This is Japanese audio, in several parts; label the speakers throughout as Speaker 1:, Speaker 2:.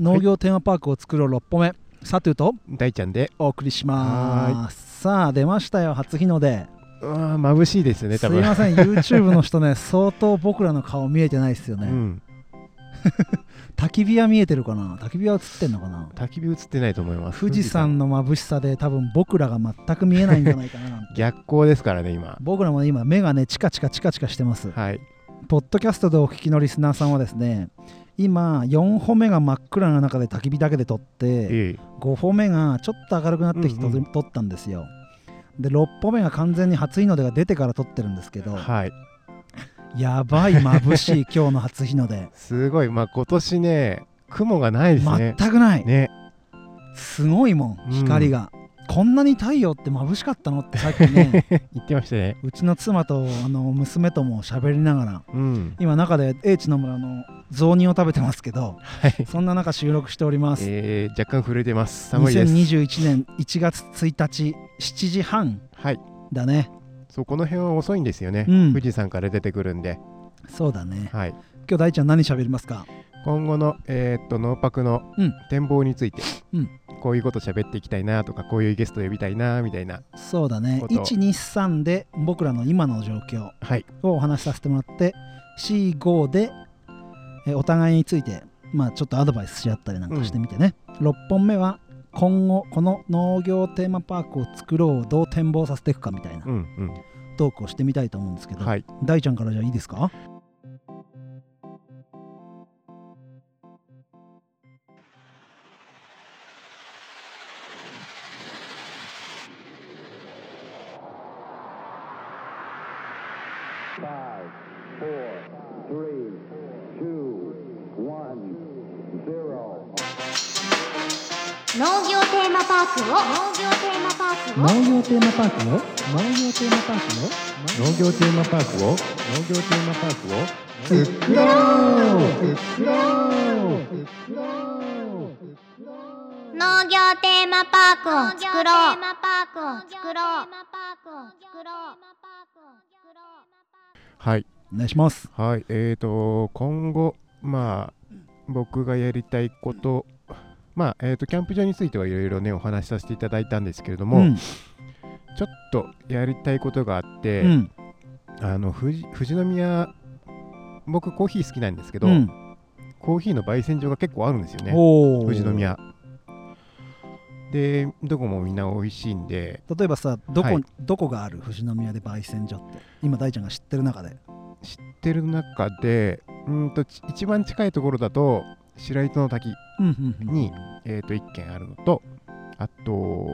Speaker 1: 農業テーマパークを作ろう6歩目、サトゥと
Speaker 2: 大ちゃんで
Speaker 1: お送りしますさあ出ましたよ初日の出、
Speaker 2: うわー眩しいですね
Speaker 1: す
Speaker 2: 多
Speaker 1: い
Speaker 2: 分
Speaker 1: ません YouTube の人ね 相当僕らの顔見えてないですよね、
Speaker 2: うん、
Speaker 1: 焚き火は見えてるかな焚き火は映ってんのかな
Speaker 2: 焚き火映ってないと思います
Speaker 1: 富士山の眩しさで多分僕らが全く見えないんじゃないかななんて
Speaker 2: 逆光ですからね今
Speaker 1: 僕らもね今目がねチカチカチカチカしてます
Speaker 2: はい
Speaker 1: ポッドキャストでお聞きのリスナーさんはですね今4歩目が真っ暗な中で焚き火だけで撮って
Speaker 2: ええ
Speaker 1: 5歩目がちょっと明るくなってきて撮
Speaker 2: うんうん
Speaker 1: 撮ったんですよで6歩目が完全に初日の出が出てから撮ってるんですけど
Speaker 2: はい
Speaker 1: やばい眩 しい今日の初日の出
Speaker 2: すごいまあ今年ね雲がないです
Speaker 1: 全
Speaker 2: ね
Speaker 1: くない
Speaker 2: ね
Speaker 1: すごいもん
Speaker 2: うん
Speaker 1: 光が、こんなに太陽って眩しかったのってさっき ね
Speaker 2: 言ってましたね
Speaker 1: うちの妻とあの娘とも喋りながら
Speaker 2: うん
Speaker 1: 今中で英知の村の雑煮を食べてますけど
Speaker 2: はい
Speaker 1: そんな中収録しております
Speaker 2: えー、若干震えてます寒いです
Speaker 1: 2021年1月1日7時半
Speaker 2: はい
Speaker 1: だね
Speaker 2: そうこの辺は遅いんですよね、
Speaker 1: うん
Speaker 2: 富士山から出てくるんで
Speaker 1: そうだね
Speaker 2: はい
Speaker 1: 今日大ちゃん何喋りますか
Speaker 2: 今後の、えーっとノーパクの
Speaker 1: うん
Speaker 2: 展望について、
Speaker 1: うん
Speaker 2: こういうこと喋っていきたいなとかこういうゲスト呼びたいなみたいな
Speaker 1: そうだね
Speaker 2: こと
Speaker 1: 123で僕らの今の状況
Speaker 2: はい
Speaker 1: をお話しさせてもらって45でえお互いについてまあちょっとアドバイスし合ったりなんかしてみてね、6本目は今後この農業テーマパークを作ろうをどう展望させていくかみたいな
Speaker 2: うん
Speaker 1: トークをしてみたいと思うんですけ
Speaker 2: うん
Speaker 1: ど、
Speaker 2: はい
Speaker 1: 大ちゃんからじゃあいいですか
Speaker 3: 農業テーマパークを農業テーマパークを
Speaker 1: 業テーマパークを農業テーマパークを
Speaker 2: 農業テーマパークを農業テーマパークを
Speaker 3: 農業テーマパークを作ろう農業テーマパークを作ろう
Speaker 2: はい
Speaker 1: お願いします
Speaker 2: はいえーと今後まあ僕がやりたいことまあえーとキャンプ場についてはいろいろねお話しさせていただいたんですけれども、
Speaker 1: うん
Speaker 2: ちょっとやりたいことがあって、
Speaker 1: うん
Speaker 2: あの富士富士宮僕コーヒー好きなんですけど、
Speaker 1: うん
Speaker 2: コーヒーの焙煎所が結構あるんですよね
Speaker 1: おー
Speaker 2: 富士宮でどこもみんな美味しいんで
Speaker 1: 例えばさどこ,、
Speaker 2: はい
Speaker 1: どこがある富士宮で焙煎所って今大ちゃんが知ってる中で
Speaker 2: 知ってる中でうんとち一番近いところだと白糸の滝、
Speaker 1: うんうんうん
Speaker 2: にえー、と1軒あるのとあと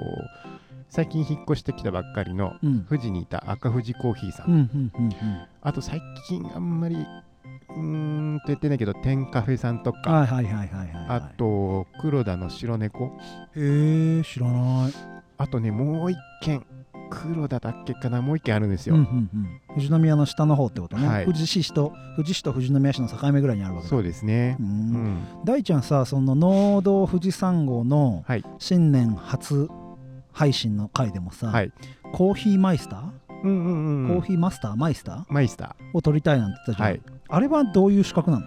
Speaker 2: 最近引っ越してきたばっかりの
Speaker 1: うん
Speaker 2: 富士にいた赤富士コーヒーさん、
Speaker 1: うんうんうんうん
Speaker 2: あと最近あんまりうーんと言ってないけど天カフェさんとか、
Speaker 1: はいはいはいはいはい
Speaker 2: あと黒田の白猫
Speaker 1: へえ知らない
Speaker 2: あとねもう1軒黒田だっけかなもう1軒あるんです
Speaker 1: うん
Speaker 2: よ、
Speaker 1: うんうん富士宮の下の方ってことね、
Speaker 2: はい
Speaker 1: 富士市と富士市と富士宮市の境目ぐらいにあるわけだ
Speaker 2: そうですね
Speaker 1: う
Speaker 2: うんん、
Speaker 1: 大ちゃんさその農道富士山号の
Speaker 2: はい
Speaker 1: 新年初配信の回でもさ、
Speaker 2: はい
Speaker 1: コーヒーマイスター、
Speaker 2: うんうんうん
Speaker 1: コーヒーマスターマイスタ
Speaker 2: マイスタ
Speaker 1: ーを取りたいなんて言って
Speaker 2: ー
Speaker 1: たじゃん、
Speaker 2: はい
Speaker 1: あれはどういう資格なの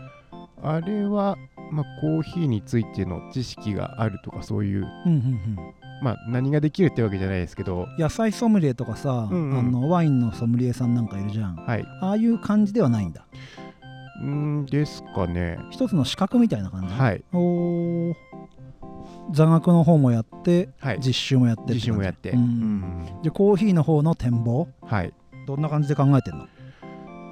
Speaker 2: あれは、まあ、コーヒーについての知識があるとかそういう、
Speaker 1: うんうんうん
Speaker 2: まあ、何ができるってわけじゃないですけど、
Speaker 1: 野菜ソムリエとかさ、
Speaker 2: うんうん
Speaker 1: あのワインのソムリエさんなんかいるじゃん
Speaker 2: はい、
Speaker 1: ああいう感じではないんだ
Speaker 2: うーんですかね。
Speaker 1: 一つの資格みたいな感じ、
Speaker 2: はい、
Speaker 1: おー座学の方もやって
Speaker 2: はい、
Speaker 1: 実習もやってって感じ
Speaker 2: 自信もやって、
Speaker 1: うん
Speaker 2: うん
Speaker 1: じゃあコーヒーの方の展望
Speaker 2: はい。い
Speaker 1: どんな感じで考えてんの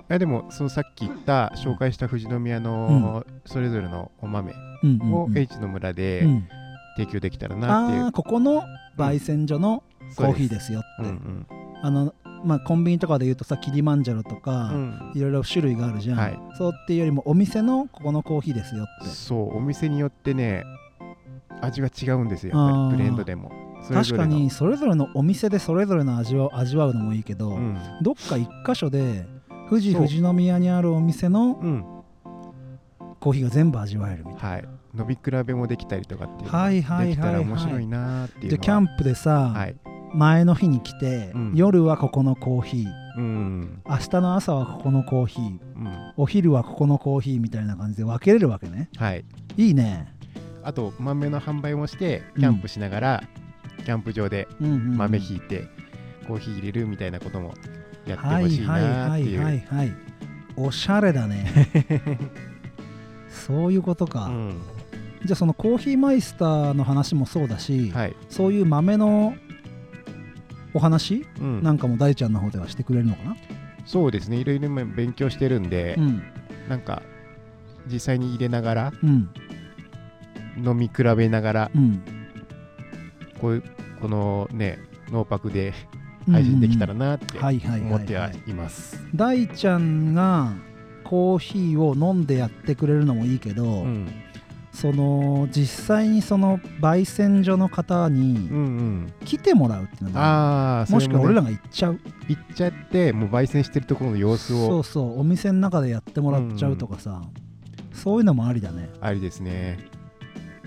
Speaker 2: やでも、そのさっき言った紹介した富士宮のそれぞれのお豆
Speaker 1: うんうん
Speaker 2: を
Speaker 1: うん
Speaker 2: H の村
Speaker 1: う
Speaker 2: で
Speaker 1: ん
Speaker 2: 提供できたらなっていう
Speaker 1: ああ。ここの焙煎所のコーヒーですよって、
Speaker 2: そうです。うん
Speaker 1: あのまあコンビニとかで言うとさキリマンジャロと
Speaker 2: うんう
Speaker 1: か、
Speaker 2: ん
Speaker 1: いろいろ種類があるじゃん、
Speaker 2: はい
Speaker 1: そうっていうよりもお店のここのコーヒーですよって
Speaker 2: そう、お店によってね、味が違うんですよ、
Speaker 1: あー
Speaker 2: やっぱりブレンドでも。それ
Speaker 1: 確
Speaker 2: ぞ
Speaker 1: か
Speaker 2: れの
Speaker 1: にそれぞれのお店でそれぞれの味を味わうのもいいけど、
Speaker 2: うん
Speaker 1: どっか一箇所で富士
Speaker 2: そう
Speaker 1: 富士宮にあるお店の
Speaker 2: うん、
Speaker 1: コーヒーが全部味わえるみたい
Speaker 2: はい、飲み比べもできたりとかっていうの
Speaker 1: は
Speaker 2: が
Speaker 1: いはい
Speaker 2: できた
Speaker 1: はいは
Speaker 2: ら
Speaker 1: い
Speaker 2: 面白いなーってい
Speaker 1: な
Speaker 2: う
Speaker 1: じゃあキャ
Speaker 2: ン
Speaker 1: ンプでさ、
Speaker 2: はい、
Speaker 1: 前の日に来て、
Speaker 2: うん
Speaker 1: 夜はここのコーヒー
Speaker 2: うん
Speaker 1: 明日の朝はここのコーヒー
Speaker 2: うん
Speaker 1: お昼はここのコーヒーみたいな感じで分けれるわけね
Speaker 2: はい
Speaker 1: いいね
Speaker 2: あと豆の販売もして
Speaker 1: うん
Speaker 2: キャンプしながら、キャンプ場で
Speaker 1: うんうんうん
Speaker 2: 豆ひいて、コーヒー入れるみたいなこともやって
Speaker 1: は
Speaker 2: ほ
Speaker 1: い
Speaker 2: しい
Speaker 1: はい
Speaker 2: なー
Speaker 1: は
Speaker 2: ってい、
Speaker 1: いうはいはいおしゃれだ ねそういうことか、
Speaker 2: うん
Speaker 1: じゃあそのコーヒーマイスターの話もそうだし、
Speaker 2: はい
Speaker 1: そういう豆のお話
Speaker 2: うん
Speaker 1: なんかも大ちゃんの方ではしてくれるのかな、
Speaker 2: そうですねいろいろ今勉強してるんで
Speaker 1: う、ん
Speaker 2: なんか実際に入れながら
Speaker 1: うん
Speaker 2: 飲み比べながら
Speaker 1: うん
Speaker 2: こういうこのね農泊で配信できたら
Speaker 1: うん
Speaker 2: なって
Speaker 1: うんうんはいはいはい
Speaker 2: 思ってはいます。
Speaker 1: 大ちゃんがコーヒーを飲んでやってくれるのもいいけど、
Speaker 2: うん
Speaker 1: その実際にその焙煎所の方
Speaker 2: う
Speaker 1: に
Speaker 2: んうん
Speaker 1: 来てもらうっていうのもあ
Speaker 2: ああ
Speaker 1: るもしくは俺ら
Speaker 2: が
Speaker 1: が行っちゃう
Speaker 2: 行っちゃってもう焙煎してるところの様子
Speaker 1: そ
Speaker 2: を
Speaker 1: うそうお店の中でやってもらっちゃうとかさ、そういうのもありだね
Speaker 2: ありですね。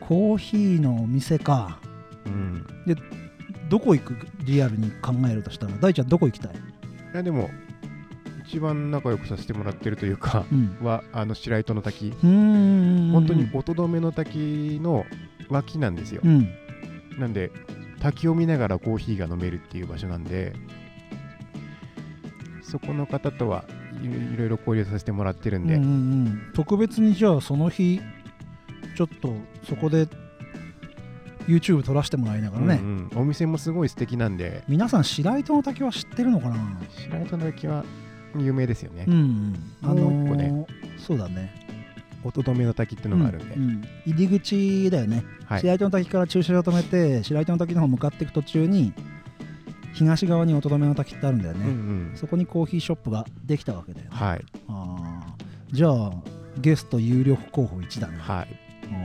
Speaker 1: コーヒーのお店か
Speaker 2: うん、
Speaker 1: どこ行くリアルに考えるとしたら大ちゃんどこ行きたい、
Speaker 2: いやでも一番仲良くさせてもらってるというか
Speaker 1: うん、
Speaker 2: はあの白糸の滝
Speaker 1: うーん
Speaker 2: 本当に音止めの滝の脇なんですよ
Speaker 1: う。ん
Speaker 2: なんで滝を見ながらコーヒーが飲めるっていう場所なんでそこの方とはいいろいろ交流させてもらってるんで、
Speaker 1: うんうんうん、特別にじゃあその日ちょっとそこで YouTube 撮らせてもらいながらね、
Speaker 2: うんうんお店もすごい素敵なんで
Speaker 1: 皆さん白糸の滝は知ってるのかな
Speaker 2: 白糸の滝は有名ですよね、
Speaker 1: うんうん、あの
Speaker 2: もう一個
Speaker 1: ーそうだね
Speaker 2: 音止めの滝ってのがあるんで、
Speaker 1: うんうん入り口だよね、
Speaker 2: はい
Speaker 1: 白糸の滝から駐車場止めて白糸の滝の方向かっていく途中に東側に音止めの滝ってあるんだよ
Speaker 2: うんう
Speaker 1: ね、
Speaker 2: ん
Speaker 1: そこにコーヒーショップができたわけだよね、
Speaker 2: はい
Speaker 1: あーじゃあゲスト有力候補1だね、
Speaker 2: はい、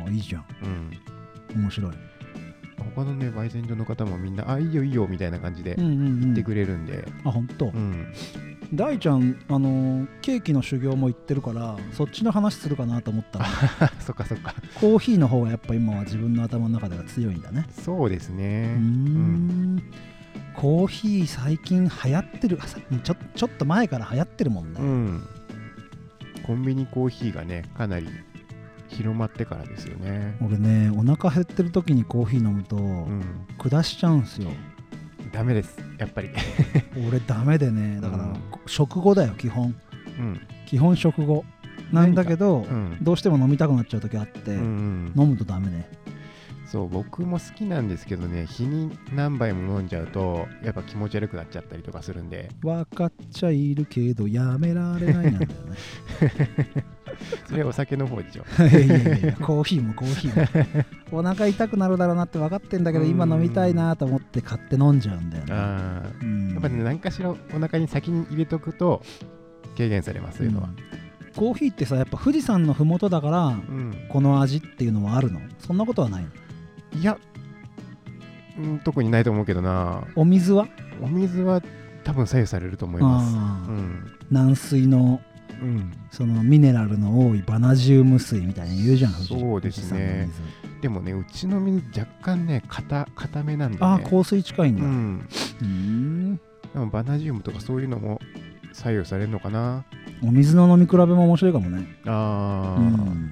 Speaker 1: あーいいじゃん
Speaker 2: うん、
Speaker 1: 面白い、
Speaker 2: 他のね焙煎所の方もみんな「あいいよいいよ」みたいな感じで
Speaker 1: うんうんうん
Speaker 2: 言ってくれるんで、
Speaker 1: あ本当、
Speaker 2: うん
Speaker 1: 大ちゃんあのーケーキの修行も行ってるからそっちの話するかなと思ったら
Speaker 2: そっかそっか
Speaker 1: コーヒーの方がやっぱ今は自分の頭の中では強いんだね
Speaker 2: そうです
Speaker 1: うー
Speaker 2: ね、
Speaker 1: んコーヒー最近流行ってるあさちょちょっと前から流行ってるもんね、
Speaker 2: うん、コンビニコーヒーがねかなり広まってからですよね、
Speaker 1: 俺ねお腹減ってる時にコーヒー飲むと
Speaker 2: うん、
Speaker 1: 下しちゃうんすよ、
Speaker 2: ダメですやっぱり、
Speaker 1: 俺ダメでねだから、
Speaker 2: うん
Speaker 1: 食後だよ基本
Speaker 2: うん
Speaker 1: 基本食後なんだけど、
Speaker 2: うん
Speaker 1: どうしても飲みたくなっちゃう時あって、
Speaker 2: うんうん、
Speaker 1: 飲むとダメね
Speaker 2: そう僕も好きなんですけどね日に何杯も飲んじゃうとやっぱ気持ち悪くなっちゃったりとかするんで
Speaker 1: 分かっちゃいるけどやめられないなんだよね
Speaker 2: それはお酒の方でしょ
Speaker 1: いやいやいやコーヒーもコーヒー もお腹痛くなるだろうなって分かってんだけど
Speaker 2: うん
Speaker 1: 今飲みたいなと思って買って飲んじゃうんだよね
Speaker 2: あー
Speaker 1: うん
Speaker 2: やっぱね何かしらお腹に先に入れとくと軽減されますそういうのは、
Speaker 1: うんコーヒーってさやっぱ富士山のふもとだから
Speaker 2: うん
Speaker 1: この味っていうのはあるのそんなことはないの
Speaker 2: いや、うん、特にないと思うけどな
Speaker 1: お水は
Speaker 2: お水は多分左右されると思います
Speaker 1: あ
Speaker 2: う
Speaker 1: ー
Speaker 2: ん
Speaker 1: 軟水の
Speaker 2: うん
Speaker 1: そのミネラルの多いバナジウム水みたいに言うじゃん富士
Speaker 2: そうですね
Speaker 1: 富士山の水
Speaker 2: でもねうちの水若干ね硬硬めなんで、ね、
Speaker 1: ああ香水近いん
Speaker 2: う
Speaker 1: だ、うんーん
Speaker 2: でもバナジウムとかそういうのも左右されるのかな
Speaker 1: お水の飲み比べも面白いかもね、
Speaker 2: あ
Speaker 1: う
Speaker 2: ー、
Speaker 1: ん、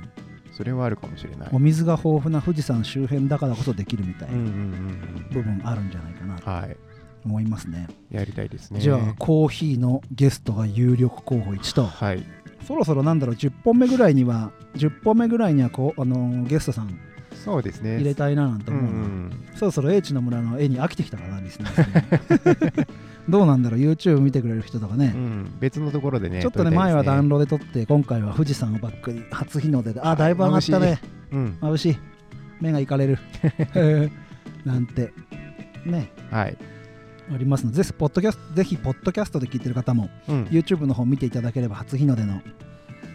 Speaker 2: それはあるかもしれない
Speaker 1: お水が豊富な富士山周辺だからこそできるみたい
Speaker 2: うんうん
Speaker 1: な
Speaker 2: うんう
Speaker 1: 部
Speaker 2: ん
Speaker 1: 分あるんじゃないかなと
Speaker 2: はい
Speaker 1: 思いますね。
Speaker 2: やりたいですね
Speaker 1: じゃあコーヒーのゲストが有力候補1と
Speaker 2: はい
Speaker 1: そろそろなんだろう10本目ぐらいには10本目ぐらいにはこう、あのーゲストさん
Speaker 2: そうですね
Speaker 1: 入れたいななんて
Speaker 2: うんう
Speaker 1: 思うな、
Speaker 2: ん
Speaker 1: そろそろ英知の村の絵に飽きてきたかなリスナーさん どうなんだろう YouTube 見てくれる人とかね
Speaker 2: う、ん別のところでね
Speaker 1: ちょっとね
Speaker 2: 撮りたい
Speaker 1: 前
Speaker 2: です
Speaker 1: は暖炉で撮って今回は富士山をバックに 初日の出であだいぶ上がったね
Speaker 2: うん
Speaker 1: 眩しい目がいかれ る なんてね
Speaker 2: はい
Speaker 1: ありますのでぜひポッドキャストぜひポッドキャストで聞いてる方も
Speaker 2: うん
Speaker 1: YouTube の方見ていただければ初日の出の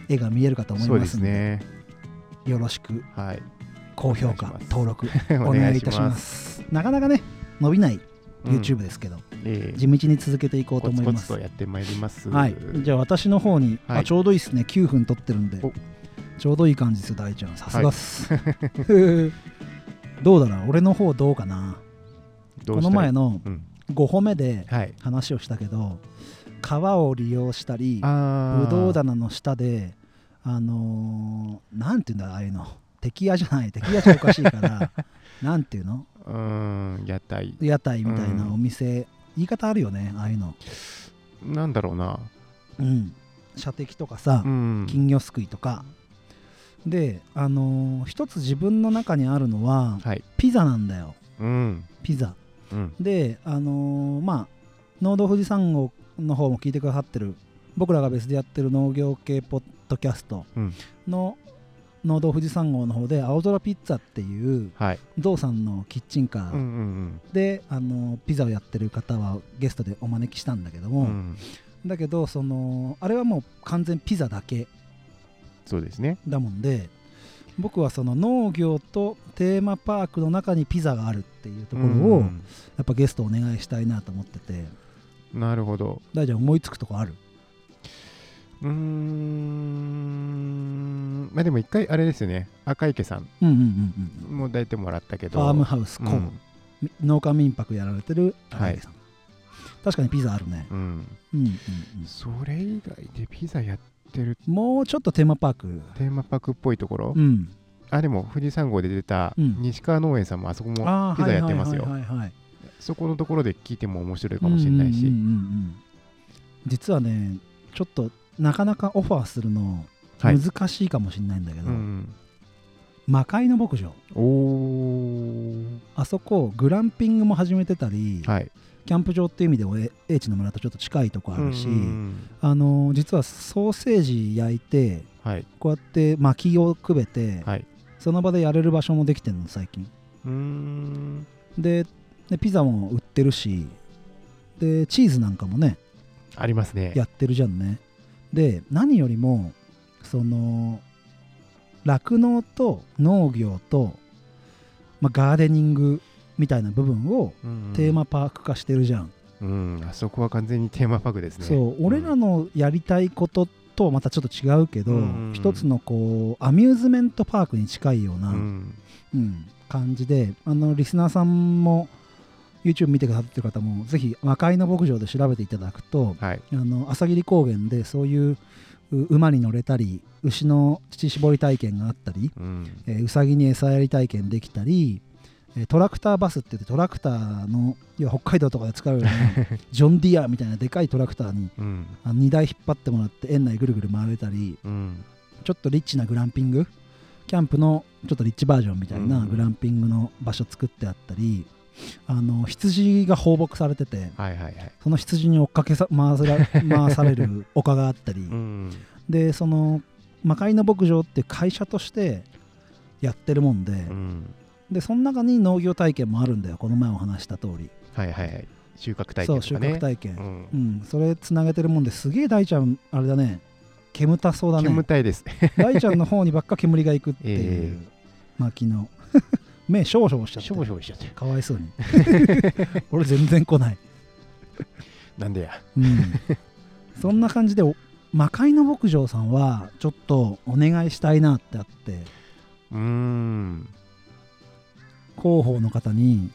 Speaker 1: 絵が見えるかと思い
Speaker 2: そう
Speaker 1: ま
Speaker 2: ですす
Speaker 1: ので
Speaker 2: ね
Speaker 1: よろしく
Speaker 2: はい
Speaker 1: 高評価
Speaker 2: お願いします
Speaker 1: 登録
Speaker 2: お
Speaker 1: お願
Speaker 2: 願
Speaker 1: い
Speaker 2: い
Speaker 1: い
Speaker 2: した
Speaker 1: し
Speaker 2: ま
Speaker 1: ますすなかなかね伸びない
Speaker 2: うん
Speaker 1: YouTube ですけど、
Speaker 2: ええ
Speaker 1: 地道に続けていこうと
Speaker 2: コ
Speaker 1: 思
Speaker 2: ツ
Speaker 1: い
Speaker 2: コ
Speaker 1: ま
Speaker 2: ツ
Speaker 1: す
Speaker 2: とやってまいります
Speaker 1: はい、じゃあ私の方に、
Speaker 2: はい
Speaker 1: あちょうどいいですね9分撮ってるんで
Speaker 2: お
Speaker 1: ちょうどいい感じですよ大ちゃんさすがっす、 どうだろう俺の方どうかな
Speaker 2: ど
Speaker 1: こ
Speaker 2: うした
Speaker 1: の
Speaker 2: ら
Speaker 1: 前の
Speaker 2: うん
Speaker 1: 5歩目で
Speaker 2: はい
Speaker 1: 話をしたけど皮を利用したり
Speaker 2: ああ
Speaker 1: ぶどう棚の下であのーなんていうんだああいうの敵屋じゃない敵屋じゃおかしいから なんていうの
Speaker 2: うーん屋台
Speaker 1: 屋台みたいな
Speaker 2: うん
Speaker 1: お店、言い方あるよねああいうの
Speaker 2: なんだろうな
Speaker 1: うん射的とかさ
Speaker 2: う、ん
Speaker 1: 金魚すくいとかであのー一つ自分の中にあるのは
Speaker 2: はい
Speaker 1: ピザなんだよ
Speaker 2: うん
Speaker 1: ピザ
Speaker 2: うん
Speaker 1: であのーまあ農道富士山号の方も聞いてくださってる僕らが別でやってる農業系ポッドキャスト
Speaker 2: うん
Speaker 1: の農道富士山号の方で青空ピッツァっていう
Speaker 2: はい
Speaker 1: ゾウさんのキッチンカ
Speaker 2: うん
Speaker 1: ーで、あのーピザをやってる方はゲストでお招きしたんだけど
Speaker 2: うんう
Speaker 1: も、
Speaker 2: んうん
Speaker 1: だけどそのあれはもう完全ピザだけ
Speaker 2: そうですね
Speaker 1: だもんで僕はその農業とテーマパークの中にピザがあるっていうところを
Speaker 2: う
Speaker 1: や
Speaker 2: ん
Speaker 1: っぱゲストお願いしたいなと思ってて
Speaker 2: なるほど
Speaker 1: 大ちゃん思いつくとこある
Speaker 2: うーんまあでも一回あれですよね赤池さん
Speaker 1: うんうんうんうん
Speaker 2: も抱いてもらったけ
Speaker 1: フ
Speaker 2: ど
Speaker 1: ァームハウスコ
Speaker 2: う
Speaker 1: ー
Speaker 2: ん
Speaker 1: 農家民泊やられてる
Speaker 2: はい
Speaker 1: 高木さん確かにピザあるね
Speaker 2: うん
Speaker 1: うんうんうん
Speaker 2: それ以外でピザやってる
Speaker 1: もうちょっとテーマパーク
Speaker 2: テーマパークっぽいところ
Speaker 1: うん
Speaker 2: あでも富士山号で出た
Speaker 1: うん
Speaker 2: 西川農園さんもあそこも
Speaker 1: ああ
Speaker 2: ピザやってます
Speaker 1: は
Speaker 2: よ
Speaker 1: いはいはいはいはい
Speaker 2: そこのところで聞いても面白いかもしれない
Speaker 1: うんう
Speaker 2: し
Speaker 1: んうんうん実はねちょっとなかなかオファーするの
Speaker 2: はい
Speaker 1: 難しいかもしれないんだけど、
Speaker 2: うん
Speaker 1: 魔界の牧場
Speaker 2: おー
Speaker 1: あそこグランピングも始めてたり、
Speaker 2: はい
Speaker 1: キャンプ場っていう意味でもえ英知の村とちょっと近いとこあるし、
Speaker 2: うんうん
Speaker 1: あのー実はソーセージ焼いて
Speaker 2: はい
Speaker 1: こうやって薪をくべて、
Speaker 2: はい
Speaker 1: その場でやれる場所もできてるの最近
Speaker 2: うーん
Speaker 1: ででピザも売ってるしでチーズなんかもね
Speaker 2: ありますね
Speaker 1: やってるじゃんねで何よりもその酪農と農業と、まあ、ガーデニングみたいな部分をテーマパーク化してるじゃん、
Speaker 2: うんうんあそこは完全にテーマパークですね
Speaker 1: そう俺ら
Speaker 2: の
Speaker 1: のやりたいこととはまたちょっと違うけど、
Speaker 2: うん
Speaker 1: 一つのこうアミューズメントパークに近いような、うん感じであのリスナーさんも YouTube 見てくださってる方もぜひ魔界の牧場で調べていただくと
Speaker 2: はい
Speaker 1: あの朝霧高原でそういうう馬に乗れたり牛の乳搾り体験があったり、
Speaker 2: うん
Speaker 1: えーうさぎに餌やり体験できたりえートラクターバスって言ってトラクターの要は北海道とかで使 うようなジョン・ディアみたいなでかいトラクターに
Speaker 2: うん
Speaker 1: あの荷台引っ張ってもらって園内ぐるぐる回れたり
Speaker 2: うん
Speaker 1: ちょっとリッチなグランピングキャンプのちょっとリッチバージョンみたいな
Speaker 2: うん
Speaker 1: グランピングの場所作ってあったり、あの羊が放牧されてて
Speaker 2: はいはいはい
Speaker 1: その羊に追っかけさ回せら 回される丘があったり、
Speaker 2: うん
Speaker 1: でその魔界の牧場っていう会社としてやってるもんで、
Speaker 2: うん
Speaker 1: でその中に農業体験もあるんだよこの前お話した通り、
Speaker 2: はいはいはい収穫体
Speaker 1: そ
Speaker 2: 験
Speaker 1: う
Speaker 2: と
Speaker 1: 収
Speaker 2: かね
Speaker 1: 穫体験、
Speaker 2: う
Speaker 1: うん
Speaker 2: ん
Speaker 1: それつなげてるもんですげえ大ちゃんあれだね煙たそうだね
Speaker 2: 煙たいです。
Speaker 1: 大ちゃんの方にばっか煙がいくってい
Speaker 2: え
Speaker 1: う、まあ昨日 目少々 しちゃってる
Speaker 2: 々しちゃってる。
Speaker 1: かわい そうに俺全然来ない、
Speaker 2: なんでや。
Speaker 1: うん、そんな感じでお魔界の牧場さんはちょっとお願いしたいなってあって
Speaker 2: うーん。
Speaker 1: 広報の方に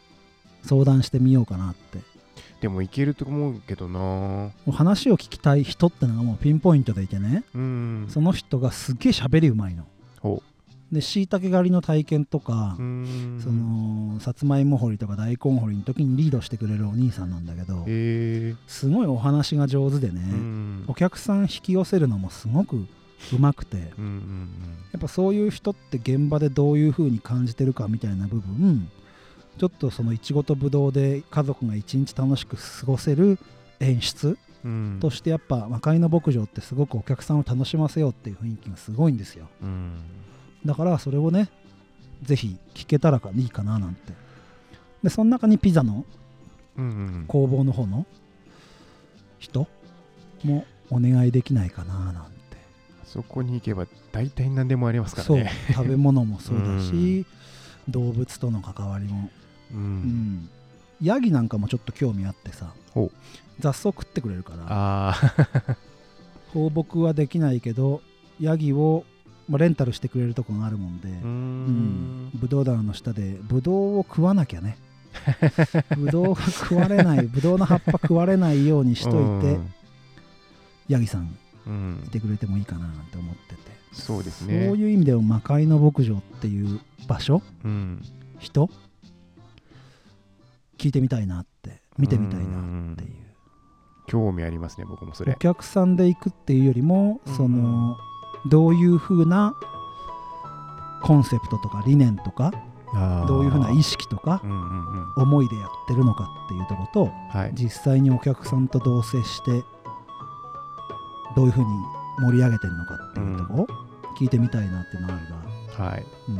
Speaker 1: 相談してみようかなって
Speaker 2: でもいけると思うけどな。
Speaker 1: もう話を聞きたい人ってのがもうピンポイントでいてね
Speaker 2: うん。
Speaker 1: その人がすげえ喋りうまいの
Speaker 2: ほ
Speaker 1: でしいたけ狩りの体験とか、
Speaker 2: う。うーん。
Speaker 1: そ。のさつまいも掘りとか大根掘りの時にリードしてくれるお兄さんなんだけど
Speaker 2: へえ。
Speaker 1: すごいお話が上手でね、
Speaker 2: うん。
Speaker 1: お客さん引き寄せるのもすごくうまくてや
Speaker 2: うんうん
Speaker 1: っぱそういう人って現場でどういう風に感じてるかみたいな部分ちょっとそのいちごとぶどうで家族が一日楽しく過ごせる演出
Speaker 2: うん。うん
Speaker 1: と。してやっぱ魔界の牧場ってすごくお客さんを楽しませようっていう雰囲気がすごいんですよ
Speaker 2: うん。
Speaker 1: だからそれをねぜひ聞けたらかいいかななんてでその中にピザの
Speaker 2: うんうん。
Speaker 1: 工房の方の人もお願いできないかななんて
Speaker 2: そこに行けば大体何でもありますから
Speaker 1: そう
Speaker 2: ね。
Speaker 1: 食べ物もそうだ し、動物との関わりも、
Speaker 2: う。
Speaker 1: うんん、ヤギなんかもちょっと興味あってさ
Speaker 2: ほう
Speaker 1: 雑草食ってくれるから
Speaker 2: あ
Speaker 1: 放牧はできないけどヤギを、まあレンタルしてくれるとこがあるもんで、
Speaker 2: あ。うー
Speaker 1: うん
Speaker 2: ん。
Speaker 1: ぶどう棚の下でぶどうを食わなきゃね ぶどうが食われないぶどうの葉っぱ食われないようにしといて、
Speaker 2: うん
Speaker 1: ヤギさん
Speaker 2: うん
Speaker 1: い、てくれてもいいかななんて思ってて、
Speaker 2: そうで
Speaker 1: そ
Speaker 2: す
Speaker 1: う
Speaker 2: ね
Speaker 1: いう意味では魔界の牧場っていう場所
Speaker 2: うん、
Speaker 1: 人聞いてみたいなって見てみたいなっていう
Speaker 2: うん興味ありますね僕もそ
Speaker 1: お
Speaker 2: れ
Speaker 1: 客さんで行くっていうよりも、
Speaker 2: うん
Speaker 1: そのどういう風なコンセプトとか理念とかどういう風な意
Speaker 2: 識
Speaker 1: 識とか
Speaker 2: うんうんうん
Speaker 1: 思いでやってるのかっていうとこと、
Speaker 2: はい
Speaker 1: 実際にお客さんと同棲してどういう風に盛り上げてるのかっていうとこ聞いてみたいなっていうのがあるな、
Speaker 2: はい
Speaker 1: うん、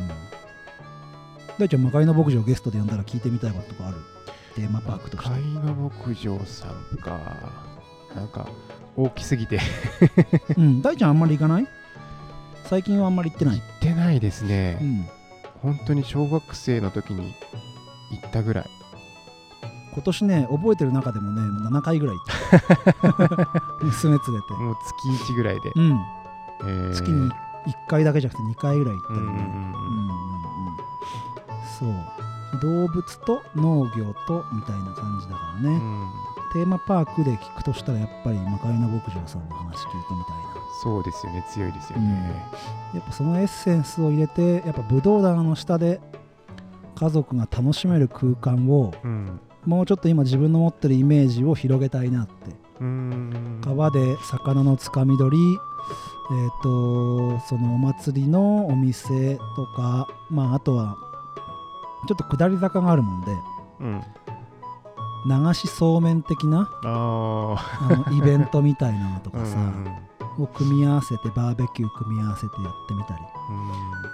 Speaker 1: 大ちゃん魔界の牧場をゲストで呼んだら聞いてみたいこととかあるテーマパークとして
Speaker 2: 海の牧場さんかなんか大きすぎて
Speaker 1: うん、大ちゃんあんまり行かない最近はあんまり行って
Speaker 2: 行
Speaker 1: な
Speaker 2: っ
Speaker 1: い、
Speaker 2: てないです
Speaker 1: う
Speaker 2: ね、
Speaker 1: ん、
Speaker 2: 本当に小学生の時に行ったぐらい
Speaker 1: 今年ね覚えてる中でもねもう7回ぐらい行った 娘連れて、
Speaker 2: もう月1ぐらいで、
Speaker 1: うん
Speaker 2: えー
Speaker 1: 月に1回だけじゃなくて2回ぐらい行った
Speaker 2: う
Speaker 1: り
Speaker 2: ん
Speaker 1: ね、
Speaker 2: うん
Speaker 1: うん
Speaker 2: う
Speaker 1: うんうん
Speaker 2: ん
Speaker 1: そう動物と農業とみたいな感じだからね、
Speaker 2: うん、うん
Speaker 1: テーマパークで聞くとしたらやっぱり魔界の牧場さんの話聞いてみたいな
Speaker 2: そうですよね強いですよね、
Speaker 1: やっぱそのエッセンスを入れてやっぱブドウ棚の下で家族が楽しめる空間を
Speaker 2: うん
Speaker 1: もうちょっと今自分の持ってるイメージを広げたいなって
Speaker 2: うん
Speaker 1: 川で魚のつかみ取りえー、とそのお祭りのお店とか、まあ、あとはちょっと下り坂があるもんで
Speaker 2: うん、
Speaker 1: 流しそうめん的な
Speaker 2: あ
Speaker 1: あ のイベントみたいなのと
Speaker 2: あ
Speaker 1: かさ、を組み合わせてバーベキュー組み合わせてやってみたり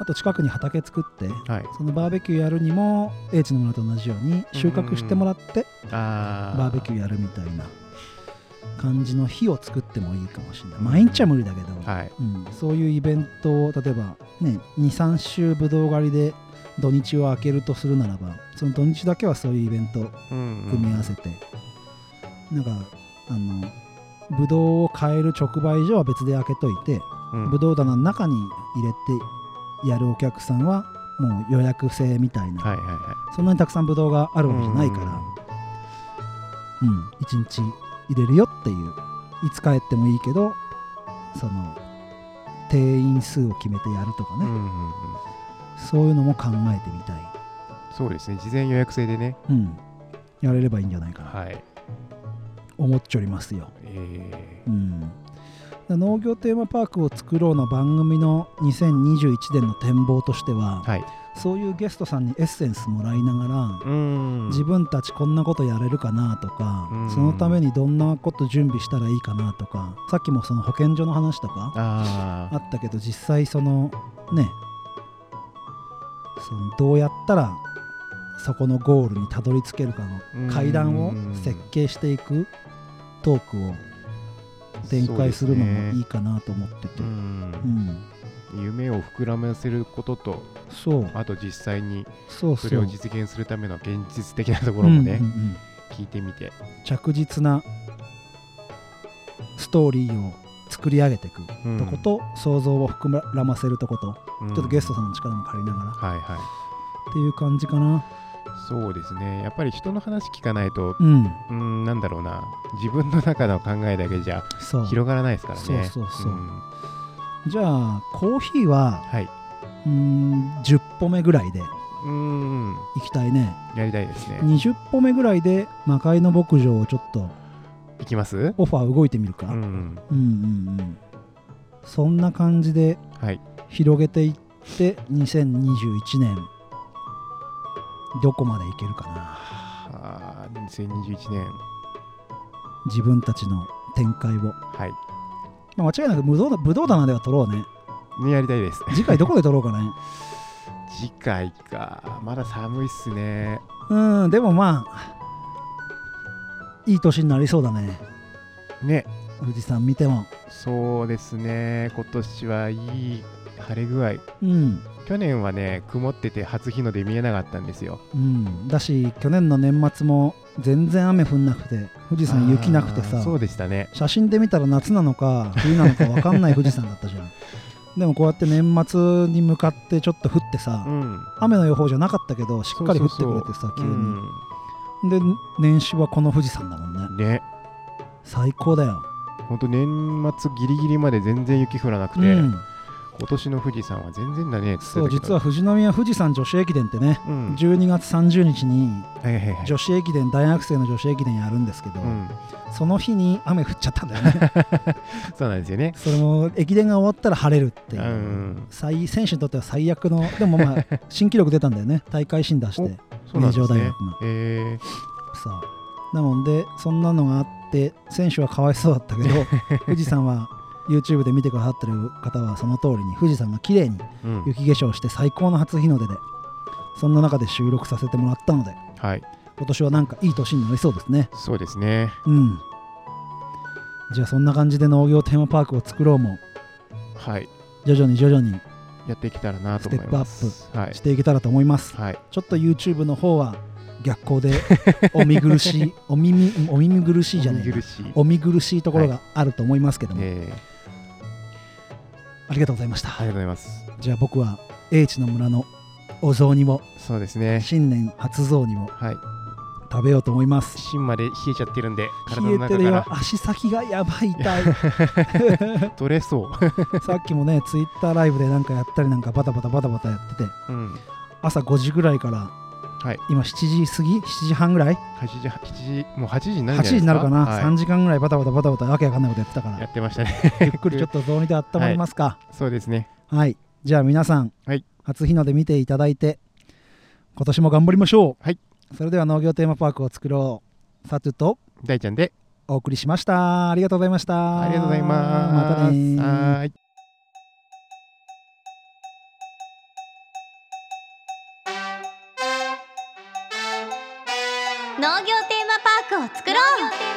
Speaker 1: あと近くに畑作って
Speaker 2: はい
Speaker 1: そのバーベキューやるにも英知の村と同じように収穫してもらって
Speaker 2: あ
Speaker 1: バーベキュ
Speaker 2: ー
Speaker 1: ーやるみたいな感じの日を作ってもいいかもしれない毎日は無理だけど、
Speaker 2: はい
Speaker 1: うん、そういうイベントを例えば、ね、23週ぶどう狩りで土日を開けるとするならばその土日だけはそういうイベントを組み合わせて、なんかあのぶどうを買える直売所は別で開けといてぶ
Speaker 2: ぶ
Speaker 1: どう棚の中に入れてやるお客さんはもう予約制みたいな、
Speaker 2: はいはいはい
Speaker 1: そんなにたくさんぶどうがあるわけじゃないから、うん、1日入れるよっていういつ帰ってもいいけどその定員数を決めてやるとか
Speaker 2: う
Speaker 1: ね、
Speaker 2: んうんうん
Speaker 1: そういうのも考えてみたい、
Speaker 2: そうですね事前予約制でね
Speaker 1: うん、やれればいいんじゃないかな
Speaker 2: はい
Speaker 1: 思っちょりますよ、
Speaker 2: え
Speaker 1: うん、農業テーマパークを作ろうの番組の2021年の展望としては、
Speaker 2: ー、はい
Speaker 1: そういうゲストさんにエッセンスもらいながら、
Speaker 2: うん
Speaker 1: 自分たちこんなことやれるかなとか、
Speaker 2: うん
Speaker 1: そのためにどんなこと準備したらいいかなとかさっきもその保健所の話とか
Speaker 2: あ
Speaker 1: あったけど実際そのねそのどうやったらそこのゴールにたどり着けるか
Speaker 2: うん
Speaker 1: の階段を設計していくトークを
Speaker 2: あ
Speaker 1: 展開するのもい
Speaker 2: い
Speaker 1: いかなと思ってて
Speaker 2: う
Speaker 1: うんん
Speaker 2: 夢を膨らませることと
Speaker 1: そう
Speaker 2: あと実際に
Speaker 1: そう
Speaker 2: そ
Speaker 1: そ
Speaker 2: れを
Speaker 1: う
Speaker 2: 実現するための現実的なとこ
Speaker 1: う
Speaker 2: ろ
Speaker 1: んう
Speaker 2: も
Speaker 1: んう
Speaker 2: ね
Speaker 1: ん
Speaker 2: 聞いてみて
Speaker 1: 着実なストーリーを作り上げていく
Speaker 2: うん
Speaker 1: とこと、想像を膨らませるとこと、
Speaker 2: ちょ
Speaker 1: ちょっとゲストさんの力も借りながらっ
Speaker 2: はいはい
Speaker 1: ていう感じかな。
Speaker 2: そうですねやっぱり人の話聞かないと
Speaker 1: うん、
Speaker 2: うんなんだろうな自分の中の考えだけじゃ
Speaker 1: そう。
Speaker 2: 広がらないですからね
Speaker 1: そうそうそうんじゃあ、コーヒーは、
Speaker 2: はいう
Speaker 1: ーん、10歩目ぐらいで
Speaker 2: うん
Speaker 1: 行きたいね。
Speaker 2: やりたいですね
Speaker 1: 20歩目ぐらいで魔界の牧場をちょっと
Speaker 2: いきます
Speaker 1: オファー動いてみるか。
Speaker 2: う
Speaker 1: うん、う
Speaker 2: ん
Speaker 1: ん、うんうん。そんな感じで
Speaker 2: はい
Speaker 1: 広げていって、2021年、どこまで行けるかな。
Speaker 2: あー2021年
Speaker 1: 自分たちの展開を。
Speaker 2: はい
Speaker 1: まあ、間違いなく武道だ武道棚では取ろうね。
Speaker 2: ねやりたいです
Speaker 1: 次回どこで撮ろうかね
Speaker 2: 次回かまだ寒いっすね
Speaker 1: うんでもまあいい年になりそうだね
Speaker 2: ね
Speaker 1: 富士山見ても
Speaker 2: そうですね今年はいい晴れ具合
Speaker 1: うん
Speaker 2: 去年はね曇ってて初日の出見えなかったんですよ
Speaker 1: うんだし去年の年末も全然雨降んなくて富士山雪なくて
Speaker 2: あー
Speaker 1: さ
Speaker 2: そうでしたね
Speaker 1: 写真で見たら夏なのか冬なのか分かんない富士山だったじゃ んでもこうやって年末に向かってちょっと降ってさ、
Speaker 2: うん
Speaker 1: 雨の予報じゃなかったけどしっかり降ってくれて
Speaker 2: そ
Speaker 1: さ
Speaker 2: う
Speaker 1: 急
Speaker 2: そうそう
Speaker 1: に、で年始はこの富士山だもんね
Speaker 2: うんね
Speaker 1: 最高だよ
Speaker 2: 本当年末ギリギリまで全然雪降らなくて、
Speaker 1: うん、
Speaker 2: 今年の富士山は全然だねって
Speaker 1: そ
Speaker 2: 言っ
Speaker 1: う
Speaker 2: て
Speaker 1: 実
Speaker 2: たけど
Speaker 1: は富士宮富士山女子駅伝ってね、
Speaker 2: うん
Speaker 1: 12月30日に
Speaker 2: はいはいはい
Speaker 1: 女子駅伝大学生の女子駅伝やるんですけど、
Speaker 2: うん、
Speaker 1: その日に雨降っちゃったんだよね
Speaker 2: そうなんですよね
Speaker 1: それも駅伝が終わったら晴れるっていう、
Speaker 2: うん
Speaker 1: 最選手にとっては最悪のでもまあ新記録出たんだよね大会新出して
Speaker 2: そうなんです
Speaker 1: 名城大
Speaker 2: ね
Speaker 1: 学の
Speaker 2: え
Speaker 1: さなのでそんなのがあって選手はかわいそうだったけど富士山は YouTube で見てくださってる方はその通りに富士山が綺麗に
Speaker 2: ーうん
Speaker 1: 雪化粧して最高の初日の出でそんな中で収録させてもらったので
Speaker 2: はい
Speaker 1: 今年はなんかいい年になりそうですね
Speaker 2: そうですね
Speaker 1: うんじゃあそんな感じで農業テーマパークを作ろうも
Speaker 2: はい
Speaker 1: 徐々に徐々に
Speaker 2: やっていけたらなと思います
Speaker 1: ス
Speaker 2: はい
Speaker 1: していけたらと思います
Speaker 2: はい
Speaker 1: ちょっと YouTube の方は逆光でお見苦し いお耳お耳苦しいじゃない
Speaker 2: お
Speaker 1: な
Speaker 2: 見苦しい
Speaker 1: お見苦しいところがあると思いますけども、
Speaker 2: えー
Speaker 1: ありがとうございました、
Speaker 2: ありがとうございます
Speaker 1: じゃあ僕は英知の村のお雑煮も
Speaker 2: そうですね
Speaker 1: 新年初雑煮も
Speaker 2: はい
Speaker 1: 食べようと思います
Speaker 2: 芯まで冷えちゃってるんで体
Speaker 1: 冷
Speaker 2: の
Speaker 1: えてる
Speaker 2: 中か
Speaker 1: よ
Speaker 2: ら
Speaker 1: 足先がやばい痛い
Speaker 2: 取れそう
Speaker 1: さっきもねツイッターライブでなんかやったりなんかバタバタバタバタやってて
Speaker 2: うん
Speaker 1: 朝5時ぐらいから
Speaker 2: はい
Speaker 1: 今7時過ぎ7時半ぐらい
Speaker 2: 8時7時もう8時になる
Speaker 1: 8
Speaker 2: んじゃないですか
Speaker 1: 時になるかな、
Speaker 2: はい
Speaker 1: 3時間ぐらいバタバタバタバタわけわかんないことやってたから
Speaker 2: やってましたね
Speaker 1: ゆっくりちょっと雑煮で温まりますか。
Speaker 2: そうですね
Speaker 1: はい、じゃあ皆さん、
Speaker 2: はい
Speaker 1: 初日の出見ていただいて、今年も頑張りましょう。
Speaker 2: はい、
Speaker 1: それでは農業テーマパークを作ろう。サトゥと
Speaker 2: 大ちゃんで
Speaker 1: お送りしました。ありがとうございました。
Speaker 2: ありがとうございます
Speaker 1: またねー
Speaker 2: はーい
Speaker 3: 農業テーマパークを作ろう農業テーマ